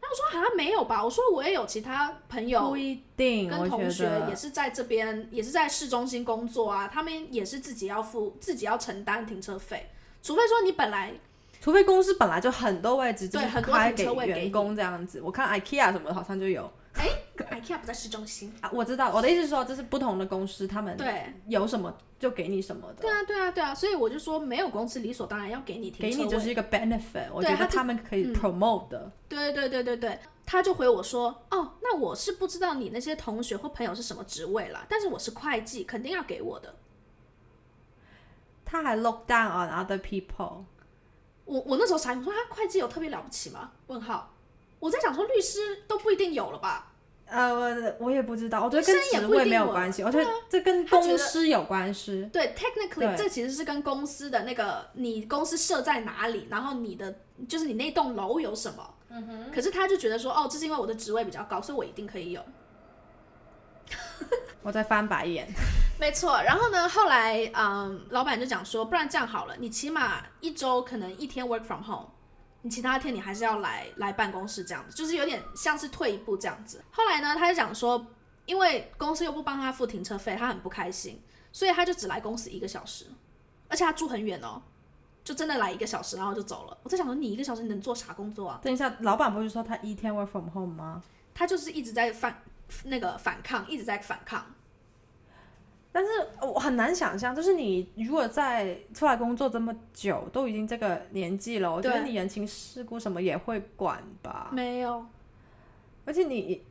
[SPEAKER 1] 那我说啊，没有吧？我说我也有其他朋友
[SPEAKER 2] 不一定，
[SPEAKER 1] 跟同
[SPEAKER 2] 我觉
[SPEAKER 1] 学
[SPEAKER 2] 得
[SPEAKER 1] 也是在这边，也是在市中心工作啊，他们也是自己要付，自己要承担停车费，除非说你本来
[SPEAKER 2] 除非公司本来就很多位置，就
[SPEAKER 1] 对
[SPEAKER 2] 是
[SPEAKER 1] 很多
[SPEAKER 2] 开
[SPEAKER 1] 停车位给
[SPEAKER 2] 员工这样子。我看 IKEA 什么的好像就有
[SPEAKER 1] IKEA 不在市中心。
[SPEAKER 2] 啊，我知道。我的意思是说，就是不同的公司他们
[SPEAKER 1] 对
[SPEAKER 2] 有什么就给你什么的
[SPEAKER 1] 对，啊，对啊，对啊，所以我就说没有公司理所当然要给你停
[SPEAKER 2] 给
[SPEAKER 1] 车位。
[SPEAKER 2] 你就是一个 benefit。我
[SPEAKER 1] 对
[SPEAKER 2] 觉
[SPEAKER 1] 他
[SPEAKER 2] 得
[SPEAKER 1] 就
[SPEAKER 2] 他们可以
[SPEAKER 1] 嗯
[SPEAKER 2] promote 的。
[SPEAKER 1] 对对对对对，他就回我说，哦，那我是不知道你那些同学或朋友是什么职位啦，但是我是会计，肯定要给我的。
[SPEAKER 2] 他还 look down on other people。
[SPEAKER 1] 我我那时候傻眼，我说他会计有特别了不起吗？问号。我在想说律师都不一定有了吧？
[SPEAKER 2] 呃，我我也不啊知道，我觉得跟
[SPEAKER 1] 医生也
[SPEAKER 2] 职
[SPEAKER 1] 不一
[SPEAKER 2] 位
[SPEAKER 1] 定
[SPEAKER 2] 没有
[SPEAKER 1] 有
[SPEAKER 2] 关系，我觉得这跟
[SPEAKER 1] 他觉
[SPEAKER 2] 公
[SPEAKER 1] 得
[SPEAKER 2] 司有关系。
[SPEAKER 1] 对，technically
[SPEAKER 2] 对
[SPEAKER 1] 这其实是跟公司的那个你公司设在哪里，然后你的就是你那栋楼有什么。嗯哼。可是他就觉得说，哦，这是因为我的职位比较高，所以我一定可以有。
[SPEAKER 2] 我在翻白眼。
[SPEAKER 1] 没错，然后呢，后来嗯，老板就讲说，不然这样好了，你起码一周可能一天 work from home，你其他天你还是要来来办公室这样子，就是有点像是退一步这样子。后来呢，他就讲说，因为公司又不帮他付停车费，他很不开心，所以他就只来公司一个小时，而且他住很远哦，就真的来一个小时，然后就走了。我在想说，你一个小时你能做啥工作啊？
[SPEAKER 2] 等一下，老板不是说他一天 work from home 吗？
[SPEAKER 1] 他就是一直在反那个反抗，一直在反抗。
[SPEAKER 2] 但是我很难想象，就是你如果在出来工作这么久，都已经这个年纪了，我觉得
[SPEAKER 1] 对
[SPEAKER 2] 你人情世故什么也会管吧。
[SPEAKER 1] 没有，
[SPEAKER 2] 而且你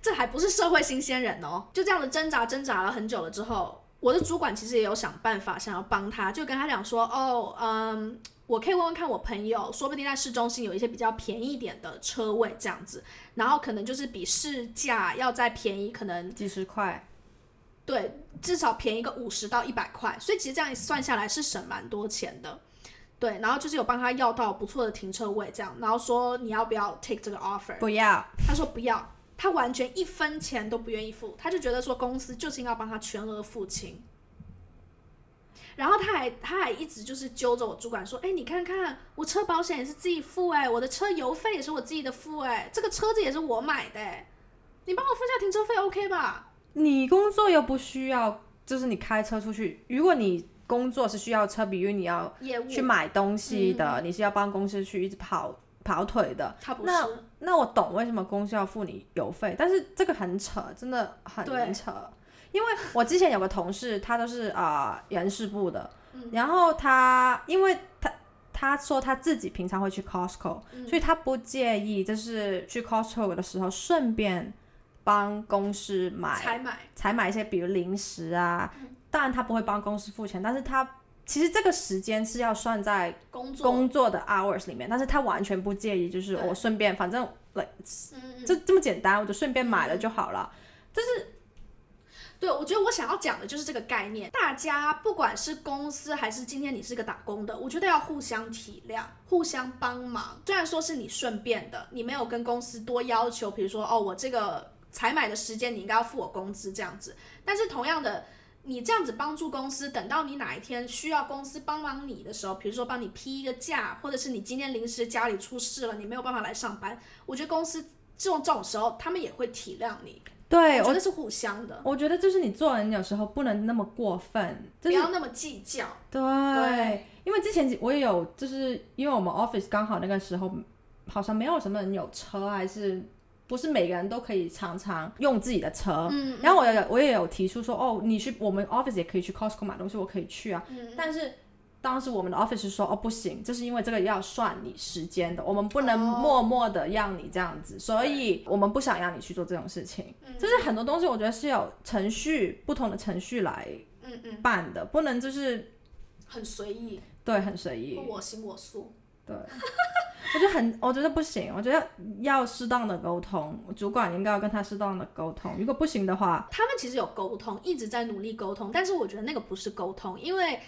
[SPEAKER 1] 这还不是社会新鲜人哦，就这样的挣扎挣扎了很久了之后，我的主管其实也有想办法想要帮他，就跟他讲说，哦，嗯，我可以问问看我朋友，说不定在市中心有一些比较便宜一点的车位这样子，然后可能就是比市价要再便宜，可能
[SPEAKER 2] 几十块，
[SPEAKER 1] 对至少便宜个五十到一百块，所以其实这样算下来是省蛮多钱的。对，然后就是有帮他要到不错的停车位，这样，然后说你要不要 take 这个 offer？
[SPEAKER 2] 不要，
[SPEAKER 1] 他说不要，他完全一分钱都不愿意付，他就觉得说公司就是应该帮他全额付清。然后他还还他还一直就是揪着我主管说，哎，你看看我车保险也是自己付哎、我的车油费也是我自己的付哎、这个车子也是我买的、哎，你帮我付一下停车费 OK 吧？
[SPEAKER 2] 你工作又不需要，就是你开车出去，如果你工作是需要车，比如你要
[SPEAKER 1] 业务
[SPEAKER 2] 去买东西的，你是要帮公司去一直跑跑腿的，
[SPEAKER 1] 他不是
[SPEAKER 2] 那那我懂为什么公司要付你邮费，但是这个很扯，真的很
[SPEAKER 1] 对
[SPEAKER 2] 扯。因为我之前有个同事，他都是啊、呃人事部的，然后他因为他他说他自己平常会去 Costco，、所
[SPEAKER 1] 嗯
[SPEAKER 2] 以他不介意就是去 Costco 的时候顺便帮公司买
[SPEAKER 1] 才买，
[SPEAKER 2] 才买一些，比如零食啊。
[SPEAKER 1] 嗯
[SPEAKER 2] 当然他不会帮公司付钱，但是他其实这个时间是要算在
[SPEAKER 1] 工作，
[SPEAKER 2] 工作的 hours 里面，但是他完全不介意，就是
[SPEAKER 1] 对
[SPEAKER 2] 我顺便反正
[SPEAKER 1] 嗯嗯，
[SPEAKER 2] 就这么简单，我就顺便买了就好了。
[SPEAKER 1] 对，我觉得我想要讲的就是这个概念。大家不管是公司还是今天你是个打工的，我觉得要互相体谅、互相帮忙。虽然说是你顺便的，你没有跟公司多要求，比如说哦，我这个采买的时间你应该要付我工资这样子。但是同样的，你这样子帮助公司，等到你哪一天需要公司帮忙你的时候，比如说帮你批一个假，或者是你今天临时家里出事了，你没有办法来上班，我觉得公司这种这种时候，他们也会体谅你。
[SPEAKER 2] 对
[SPEAKER 1] 我
[SPEAKER 2] 我
[SPEAKER 1] 觉，得是互相的。
[SPEAKER 2] 我觉得就是你做人有时候不能那么过分，就
[SPEAKER 1] 不
[SPEAKER 2] 是哎
[SPEAKER 1] 要那么计较。
[SPEAKER 2] 对，
[SPEAKER 1] 对
[SPEAKER 2] 因为之前我也有，就是因为我们 office 刚好那个时候好像没有什么人有车，还是不是每个人都可以常常用自己的车。
[SPEAKER 1] 嗯，
[SPEAKER 2] 然后我也有我也有提出说，哦，你去我们 office 也可以去 Costco 买东西，我可以去啊。
[SPEAKER 1] 嗯
[SPEAKER 2] 但是当时我们的 office 是说，哦，不行，就是因为这个要算你时间的，我们不能
[SPEAKER 1] 哦
[SPEAKER 2] 默默的让你这样子，所以我们不想让你去做这种事情。
[SPEAKER 1] 嗯
[SPEAKER 2] 就是很多东西，我觉得是有程序不同的程序来
[SPEAKER 1] 嗯嗯，
[SPEAKER 2] 办的，不能就是
[SPEAKER 1] 很随意，
[SPEAKER 2] 对很随意。
[SPEAKER 1] 我行我素。
[SPEAKER 2] 对， 我觉得很，我觉得不行，我觉得要适当的沟通，主管应该要跟他适当的沟通，如果不行的话，
[SPEAKER 1] 他们其实有沟通，一直在努力沟通，但是我觉得那个不是沟通，因为。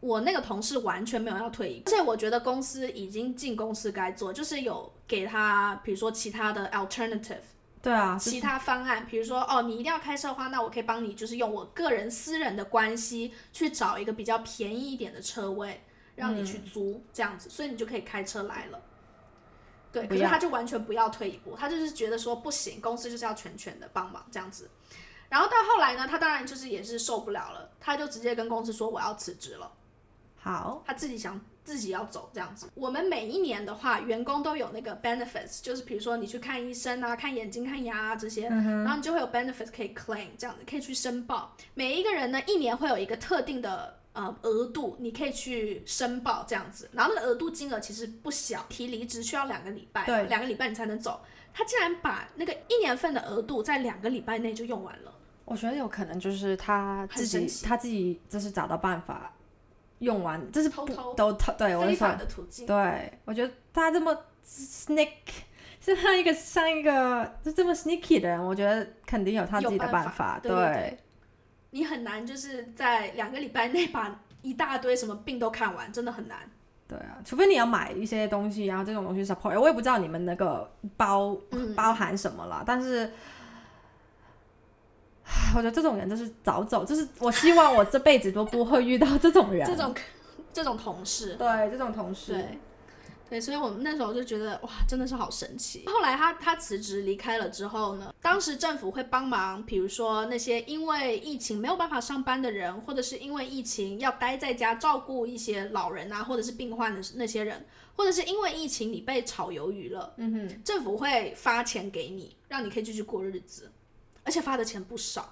[SPEAKER 1] 我那个同事完全没有要退役，而且我觉得公司已经尽公司该做，就是有给他，比如说其他的 alternative，
[SPEAKER 2] 对啊，就是
[SPEAKER 1] 其他方案，比如说哦，你一定要开车的话，那我可以帮你，就是用我个人私人的关系去找一个比较便宜一点的车位，让你去
[SPEAKER 2] 嗯
[SPEAKER 1] 租、这样子，所以你就可以开车来了。对，可
[SPEAKER 2] 不
[SPEAKER 1] 是
[SPEAKER 2] 要
[SPEAKER 1] 他就完全不要退一步，他就是觉得说不行，公司就是要全权的帮忙这样子。然后到后来呢，他当然就是也是受不了了，他就直接跟公司说我要辞职了。
[SPEAKER 2] 好，
[SPEAKER 1] 他自己想自己要走这样子。我们每一年的话，员工都有那个 benefits，就是比如说你去看医生啊、看眼睛、看牙啊这些，
[SPEAKER 2] 嗯
[SPEAKER 1] 然后你就会有 benefits 可以 claim，这样子可以去申报。每一个人呢，一年会有一个特定的。呃，额度你可以去申报这样子，然后那个额度金额其实不小，提离职需要两个礼拜，
[SPEAKER 2] 对
[SPEAKER 1] 两个礼拜你才能走。他竟然把那个一年份的额度在两个礼拜内就用完了，
[SPEAKER 2] 我觉得有可能就是他
[SPEAKER 1] 很
[SPEAKER 2] 自
[SPEAKER 1] 神
[SPEAKER 2] 己
[SPEAKER 1] 奇
[SPEAKER 2] 他自己就是找到办法用完，就是
[SPEAKER 1] 偷
[SPEAKER 2] 不
[SPEAKER 1] 偷
[SPEAKER 2] 都偷对哎我
[SPEAKER 1] 非
[SPEAKER 2] 是说
[SPEAKER 1] 法，的途径。
[SPEAKER 2] 对我觉得他这么 sneak 是他一个像一个就这么 sneaky 的人，我觉得肯定有他自己的
[SPEAKER 1] 有办
[SPEAKER 2] 办
[SPEAKER 1] 法
[SPEAKER 2] 法，
[SPEAKER 1] 对对对你很难就是在两个礼拜内把一大堆什么病都看完，真的很难。
[SPEAKER 2] 对啊，除非你要买一些东西，然后这种东西 support，我也不知道你们那个包、
[SPEAKER 1] 嗯
[SPEAKER 2] 包含什么啦，但是。唉我觉得这种人就是早走，就是我希望我这辈子都不会遇到这种人，
[SPEAKER 1] 这种这种同事，
[SPEAKER 2] 对这种同事，
[SPEAKER 1] 对对，所以我们那时候就觉得哇，真的是好神奇。后来他他辞职离开了之后呢，当时政府会帮忙，比如说那些因为疫情没有办法上班的人，或者是因为疫情要待在家照顾一些老人啊，或者是病患的那些人，或者是因为疫情你被炒鱿鱼了，
[SPEAKER 2] 嗯哼，
[SPEAKER 1] 政府会发钱给你，让你可以继续过日子，而且发的钱不少。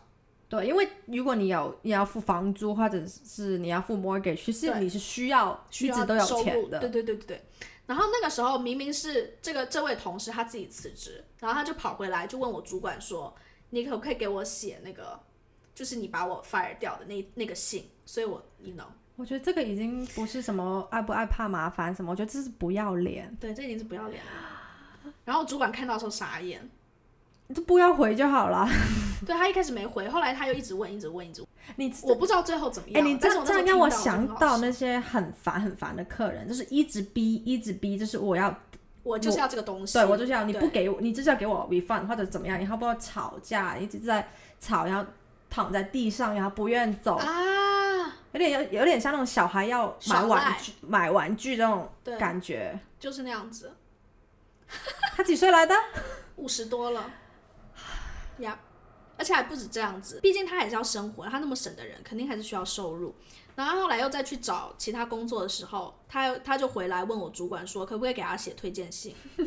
[SPEAKER 2] 对，因为如果你有你要付房租或者是你要付 mortgage，其实
[SPEAKER 1] 对
[SPEAKER 2] 你是需要
[SPEAKER 1] 需
[SPEAKER 2] 一
[SPEAKER 1] 要
[SPEAKER 2] 直都有
[SPEAKER 1] 收入
[SPEAKER 2] 钱的，
[SPEAKER 1] 对对对对对。然后那个时候明明是这个这位同事他自己辞职，然后他就跑回来就问我主管说：“你可不可以给我写那个，就是你把我 fire 掉的那那个信？”所以我，you know，
[SPEAKER 2] 我觉得这个已经不是什么爱不爱怕麻烦什么，我觉得这是不要脸，
[SPEAKER 1] 对，这已经是不要脸了。然后主管看到的时候傻眼，
[SPEAKER 2] 你就不要回就好了。
[SPEAKER 1] 对他一开始没回，后来他又一直问，一直问，一直问，
[SPEAKER 2] 你
[SPEAKER 1] 我不知道最后怎么
[SPEAKER 2] 哎、
[SPEAKER 1] 样。
[SPEAKER 2] 你这
[SPEAKER 1] 但是我
[SPEAKER 2] 样
[SPEAKER 1] 那
[SPEAKER 2] 这
[SPEAKER 1] 时候
[SPEAKER 2] 样
[SPEAKER 1] 听
[SPEAKER 2] 让
[SPEAKER 1] 到我真的
[SPEAKER 2] 我想
[SPEAKER 1] 好
[SPEAKER 2] 到
[SPEAKER 1] 笑
[SPEAKER 2] 那些很烦很烦的客人，就是一直逼一直逼，就是我要
[SPEAKER 1] 我就是要这个东西，
[SPEAKER 2] 对我就是要你不
[SPEAKER 1] 对
[SPEAKER 2] 给我，你就是要给我 refund 或者怎么样，然后不要吵架，一直在吵，然后躺在地上，然后不愿走，
[SPEAKER 1] 啊，
[SPEAKER 2] 有点有有点像那种小孩要买
[SPEAKER 1] 耍
[SPEAKER 2] 玩
[SPEAKER 1] 赖嗯
[SPEAKER 2] 具买玩具这种
[SPEAKER 1] 对，
[SPEAKER 2] 感觉。
[SPEAKER 1] 就是那样子，
[SPEAKER 2] 他几岁来的？
[SPEAKER 1] 五十多了，呀、而且还不止这样子，毕竟他还是要生活，他那么省的人，肯定还是需要收入。然后后来又再去找其他工作的时候，他他就回来问我主管说，可不可以给他写推荐信？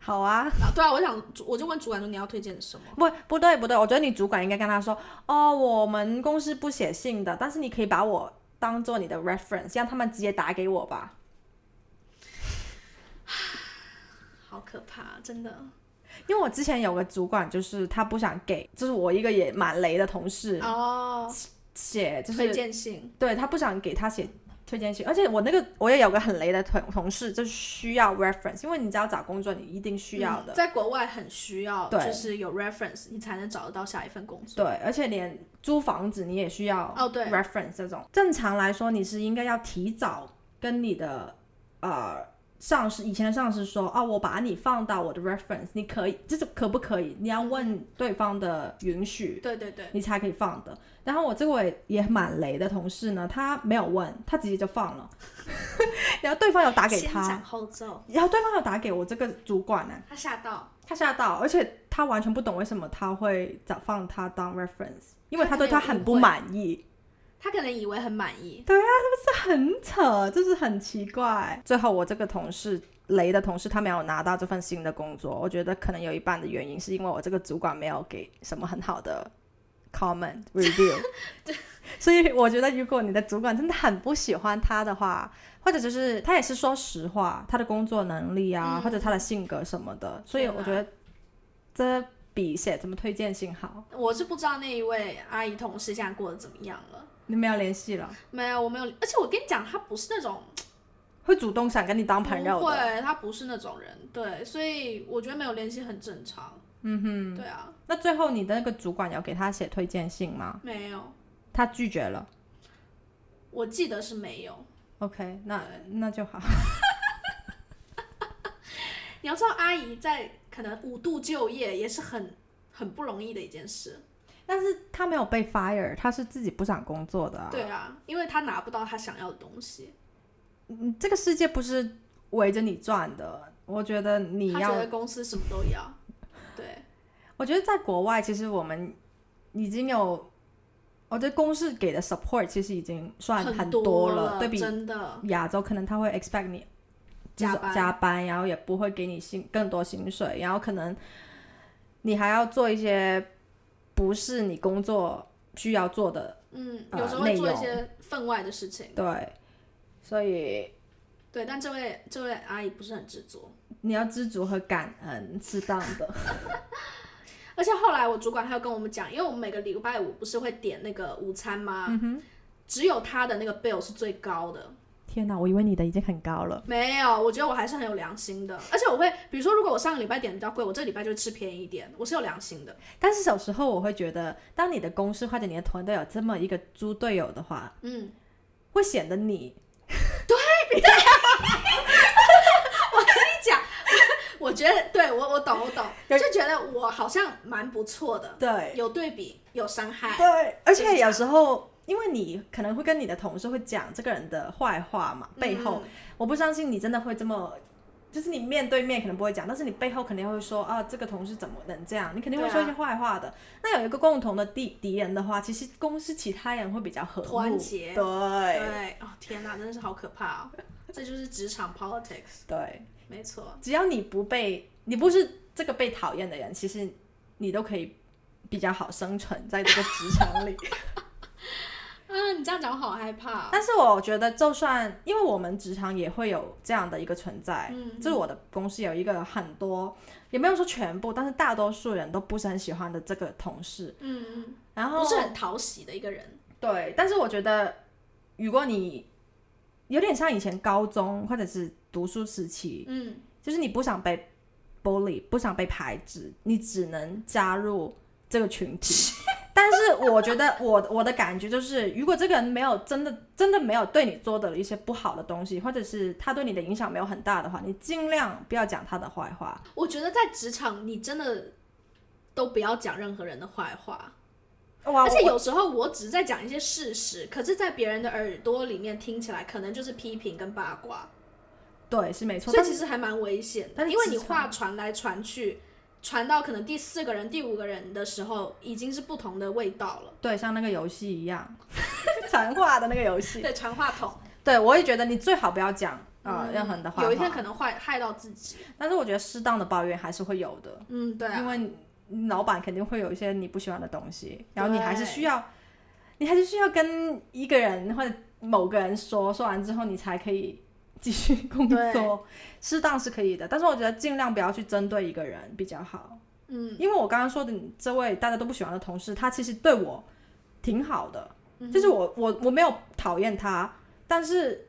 [SPEAKER 2] 好啊，
[SPEAKER 1] 啊，对啊，我想我就问主管说你要推荐什么？
[SPEAKER 2] 不不对不对，我觉得你主管应该跟他说，哦，我们公司不写信的，但是你可以把我当做你的 reference，让他们直接打给我吧。
[SPEAKER 1] 好可怕，真的。
[SPEAKER 2] 因为我之前有个主管，就是他不想给，就是我一个也蛮雷的同事
[SPEAKER 1] 哦，
[SPEAKER 2] 写，就
[SPEAKER 1] 推
[SPEAKER 2] 是
[SPEAKER 1] 荐信，
[SPEAKER 2] 对他不想给他写推荐信，而且我那个我也有个很雷的同同事，就是需要 reference，因为你只要找工作，你一定需要的。
[SPEAKER 1] 嗯在国外很需要，
[SPEAKER 2] 对
[SPEAKER 1] 就是有 reference，你才能找得到下一份工作。
[SPEAKER 2] 对，而且连租房子你也需要
[SPEAKER 1] 哦对
[SPEAKER 2] reference 这种。正常来说，你是应该要提早跟你的呃上司以前的上司说，哦，我把你放到我的 reference，你可以，这是可不可以？你要问对方的允许，
[SPEAKER 1] 对对对，
[SPEAKER 2] 你才可以放的。然后我这位也蛮雷的同事呢，他没有问，他直接就放了， 然后对方有打给
[SPEAKER 1] 先
[SPEAKER 2] 他
[SPEAKER 1] 斩，后奏，
[SPEAKER 2] 然后对方有打给我这个主管呢、
[SPEAKER 1] 他吓到，
[SPEAKER 2] 他吓到，而且他完全不懂为什么他会找放他当 reference，因为他对他很不满意，
[SPEAKER 1] 他可能以为很满意，
[SPEAKER 2] 这很扯，就是很奇怪。最后我这个同事雷的同事他没有拿到这份新的工作，我觉得可能有一半的原因是因为我这个主管没有给什么很好的 comment review，所 以我觉得如果你的主管真的很不喜欢他的话，或者就是他也是说实话，他的工作能力啊，
[SPEAKER 1] 嗯
[SPEAKER 2] 或者他的性格什么的，所以
[SPEAKER 1] 天
[SPEAKER 2] 我
[SPEAKER 1] 哪
[SPEAKER 2] 觉得这比写怎么推荐信好。
[SPEAKER 1] 我是不知道那一位阿姨同事现在过得怎么样了。
[SPEAKER 2] 你们要联系了，
[SPEAKER 1] 没有，我没有，而且我跟你讲，他不是那种
[SPEAKER 2] 会主动想跟你当
[SPEAKER 1] 不
[SPEAKER 2] 朋友的。
[SPEAKER 1] 会，他不是那种人，对，所以我觉得没有联系很正常。嗯哼，对啊，
[SPEAKER 2] 那最后你的那个主管有给他写推荐信吗？
[SPEAKER 1] 没有，
[SPEAKER 2] 他拒绝了。
[SPEAKER 1] 我记得是没有。
[SPEAKER 2] OK，那那就好。
[SPEAKER 1] 你要知道，阿姨在可能五度就业也是很很不容易的一件事。
[SPEAKER 2] 但是他没有被 fire，他是自己不想工作的、啊。
[SPEAKER 1] 对啊，因为她拿不到她想要的东西，
[SPEAKER 2] 嗯，这个世界不是围着你转的。我觉得你
[SPEAKER 1] 她觉
[SPEAKER 2] 要
[SPEAKER 1] 得，公司什么都要。对，
[SPEAKER 2] 我觉得在国外其实我们已经有，我觉得公司给的 support 其实已经算
[SPEAKER 1] 很
[SPEAKER 2] 多
[SPEAKER 1] 了，
[SPEAKER 2] 对比
[SPEAKER 1] 真的，
[SPEAKER 2] 亚洲可能他会 expect 你就是
[SPEAKER 1] 加班
[SPEAKER 2] 加班，然后也不会给你薪更多薪水，然后可能你还要做一些不是你工作需要做的，
[SPEAKER 1] 嗯，
[SPEAKER 2] 呃
[SPEAKER 1] 有时候会
[SPEAKER 2] 内
[SPEAKER 1] 做一
[SPEAKER 2] 容
[SPEAKER 1] 些分外的事情。
[SPEAKER 2] 对，所以
[SPEAKER 1] 对，但这位这位阿姨不是很执着，
[SPEAKER 2] 你要知足和感恩，适当的。
[SPEAKER 1] 而且后来我主管他又跟我们讲，因为我们每个礼拜五不是会点那个午餐吗？
[SPEAKER 2] 嗯
[SPEAKER 1] 只有他的那个 bill 是最高的，
[SPEAKER 2] 天哪，我以为你的已经很高了。
[SPEAKER 1] 没有，我觉得我还是很有良心的。而且我会，比如说，如果我上个礼拜点的比较贵，我这礼拜就会吃便宜一点，我是有良心的。
[SPEAKER 2] 但是有时候我会觉得，当你的公司或者你的团队有这么一个猪队友的话，
[SPEAKER 1] 嗯，
[SPEAKER 2] 会显得你
[SPEAKER 1] 我觉得对我我懂我懂，
[SPEAKER 2] 有
[SPEAKER 1] 就觉得我好像蛮不错的，
[SPEAKER 2] 对
[SPEAKER 1] 有对比，有伤害，
[SPEAKER 2] 对，而
[SPEAKER 1] 就是
[SPEAKER 2] 且
[SPEAKER 1] 这样
[SPEAKER 2] 有时候因为你可能会跟你的同事会讲这个人的坏话嘛，背后、
[SPEAKER 1] 嗯
[SPEAKER 2] 我不相信你真的会这么。就是你面对面可能不会讲，但是你背后肯定会说啊，这个同事怎么能这样？你肯定会
[SPEAKER 1] 啊
[SPEAKER 2] 说一些坏话的。那有一个共同的敌敌人的话，其实公司其他人会比较和睦，
[SPEAKER 1] 团结
[SPEAKER 2] 对
[SPEAKER 1] 对，哦天哪，真的是好可怕哦，这就是职场 politics，
[SPEAKER 2] 对，
[SPEAKER 1] 没错，
[SPEAKER 2] 只要你不被你不是这个被讨厌的人，其实你都可以比较好生存在这个职场里。
[SPEAKER 1] 啊，你这样讲我好害怕哦，
[SPEAKER 2] 但是我觉得，就算因为我们职场也会有这样的一个存在，
[SPEAKER 1] 嗯
[SPEAKER 2] 就是我的公司有一个很多，也没有说全部，但是大多数人都不是很喜欢的这个同事。
[SPEAKER 1] 嗯嗯，
[SPEAKER 2] 然后
[SPEAKER 1] 不是很讨喜的一个人，
[SPEAKER 2] 对，但是我觉得，如果你有点像以前高中或者是读书时期，
[SPEAKER 1] 嗯，
[SPEAKER 2] 就是你不想被 bully，不想被排斥，你只能加入这个群体。 但是我觉得我我的感觉就是，如果这个人没有真的真的没有对你做的一些不好的东西，或者是他对你的影响没有很大的话，你尽量不要讲他的坏话。
[SPEAKER 1] 我觉得在职场你真的都不要讲任何人的坏话，
[SPEAKER 2] 哇，
[SPEAKER 1] 而且
[SPEAKER 2] 我
[SPEAKER 1] 有时候我只是在讲一些事实，可是，在别人的耳朵里面听起来，可能就是批评跟八卦，
[SPEAKER 2] 对是没错，
[SPEAKER 1] 所以
[SPEAKER 2] 但
[SPEAKER 1] 其实还蛮危险的。
[SPEAKER 2] 但是
[SPEAKER 1] 因为
[SPEAKER 2] 职
[SPEAKER 1] 你话传来传去，传到可能第四个人、第五个人的时候，已经是不同的味道了。
[SPEAKER 2] 对像那个游戏 一样，传话的那个游戏，
[SPEAKER 1] 对，传话筒，
[SPEAKER 2] 对我也觉得你最好不要讲啊、呃任何的话，
[SPEAKER 1] 嗯有一天可能坏害到自己。
[SPEAKER 2] 但是我觉得适当的抱怨还是会有的，
[SPEAKER 1] 嗯，对啊，
[SPEAKER 2] 因为你老板肯定会有一些你不喜欢的东西，然后你还是
[SPEAKER 1] 对
[SPEAKER 2] 需要，你还是需要跟一个人或者某个人说，说完之后你才可以继续工作，适当是可以的，但是我觉得尽量不要去针对一个人比较好，
[SPEAKER 1] 嗯
[SPEAKER 2] 因为我刚刚说的你这位大家都不喜欢的同事，他其实对我挺好的，
[SPEAKER 1] 嗯
[SPEAKER 2] 就是我我我没有讨厌他，但是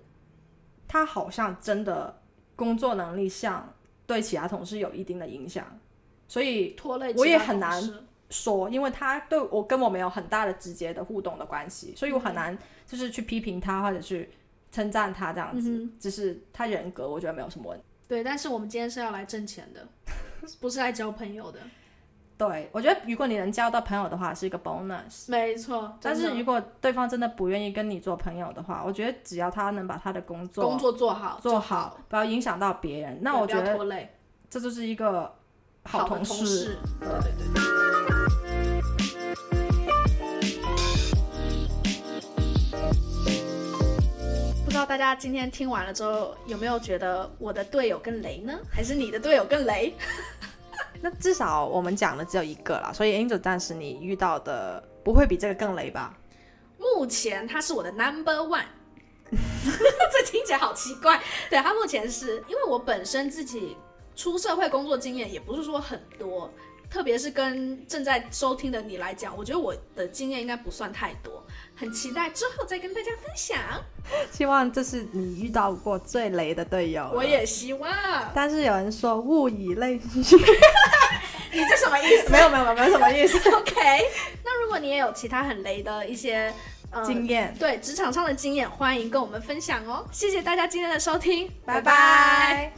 [SPEAKER 2] 他好像真的工作能力上对其他同事有一定的影响，所以
[SPEAKER 1] 拖累，
[SPEAKER 2] 我也很难。说，因为他对我跟我没有很大的直接的互动的关系，所以我很难就是去批评他或者去称赞他这样子，
[SPEAKER 1] 嗯
[SPEAKER 2] 只是他人格我觉得没有什么问题。
[SPEAKER 1] 对，但是我们今天是要来挣钱 的，不是来交朋友的。
[SPEAKER 2] 对我觉得如果你能交到朋友的话是一个 bonus，
[SPEAKER 1] 没错，
[SPEAKER 2] 但
[SPEAKER 1] 真
[SPEAKER 2] 是
[SPEAKER 1] 的
[SPEAKER 2] 如果对方真的不愿意跟你做朋友的话，我觉得只要他能把他的工作
[SPEAKER 1] 工作做好，
[SPEAKER 2] 做
[SPEAKER 1] 好
[SPEAKER 2] 好，，不要影响到别人。那
[SPEAKER 1] 对
[SPEAKER 2] 我
[SPEAKER 1] 不
[SPEAKER 2] 觉
[SPEAKER 1] 要
[SPEAKER 2] 得
[SPEAKER 1] 拖累
[SPEAKER 2] 这就是一个好
[SPEAKER 1] 的
[SPEAKER 2] 同
[SPEAKER 1] 同事。
[SPEAKER 2] 对
[SPEAKER 1] 对对对。不知道大家今天听完了之后，有没有觉得我的队友更雷呢？还是你的队友更雷？
[SPEAKER 2] 那至少我们讲的只有一个啦，所以 Angel 暂时你遇到的不会比这个更雷吧？
[SPEAKER 1] 目前他是我的 number one。这听起来好奇怪，对他目前是因为我本身自己出社会工作经验也不是说很多，特别是跟正在收听的你来讲，我觉得我的经验应该不算太多，很期待之后再跟大家分享。
[SPEAKER 2] 希望这是你遇到过最雷的队友。
[SPEAKER 1] 我。也希望，
[SPEAKER 2] 但是有人说物以类 聚，
[SPEAKER 1] 你这什么意思
[SPEAKER 2] 没有没有没有没有什么意思。
[SPEAKER 1] ？OK，那如果你也有其他很雷的一些呃
[SPEAKER 2] 经验，
[SPEAKER 1] 对职场上的经验，欢迎跟我们分享哦。谢谢大家今天的收听，
[SPEAKER 2] 拜拜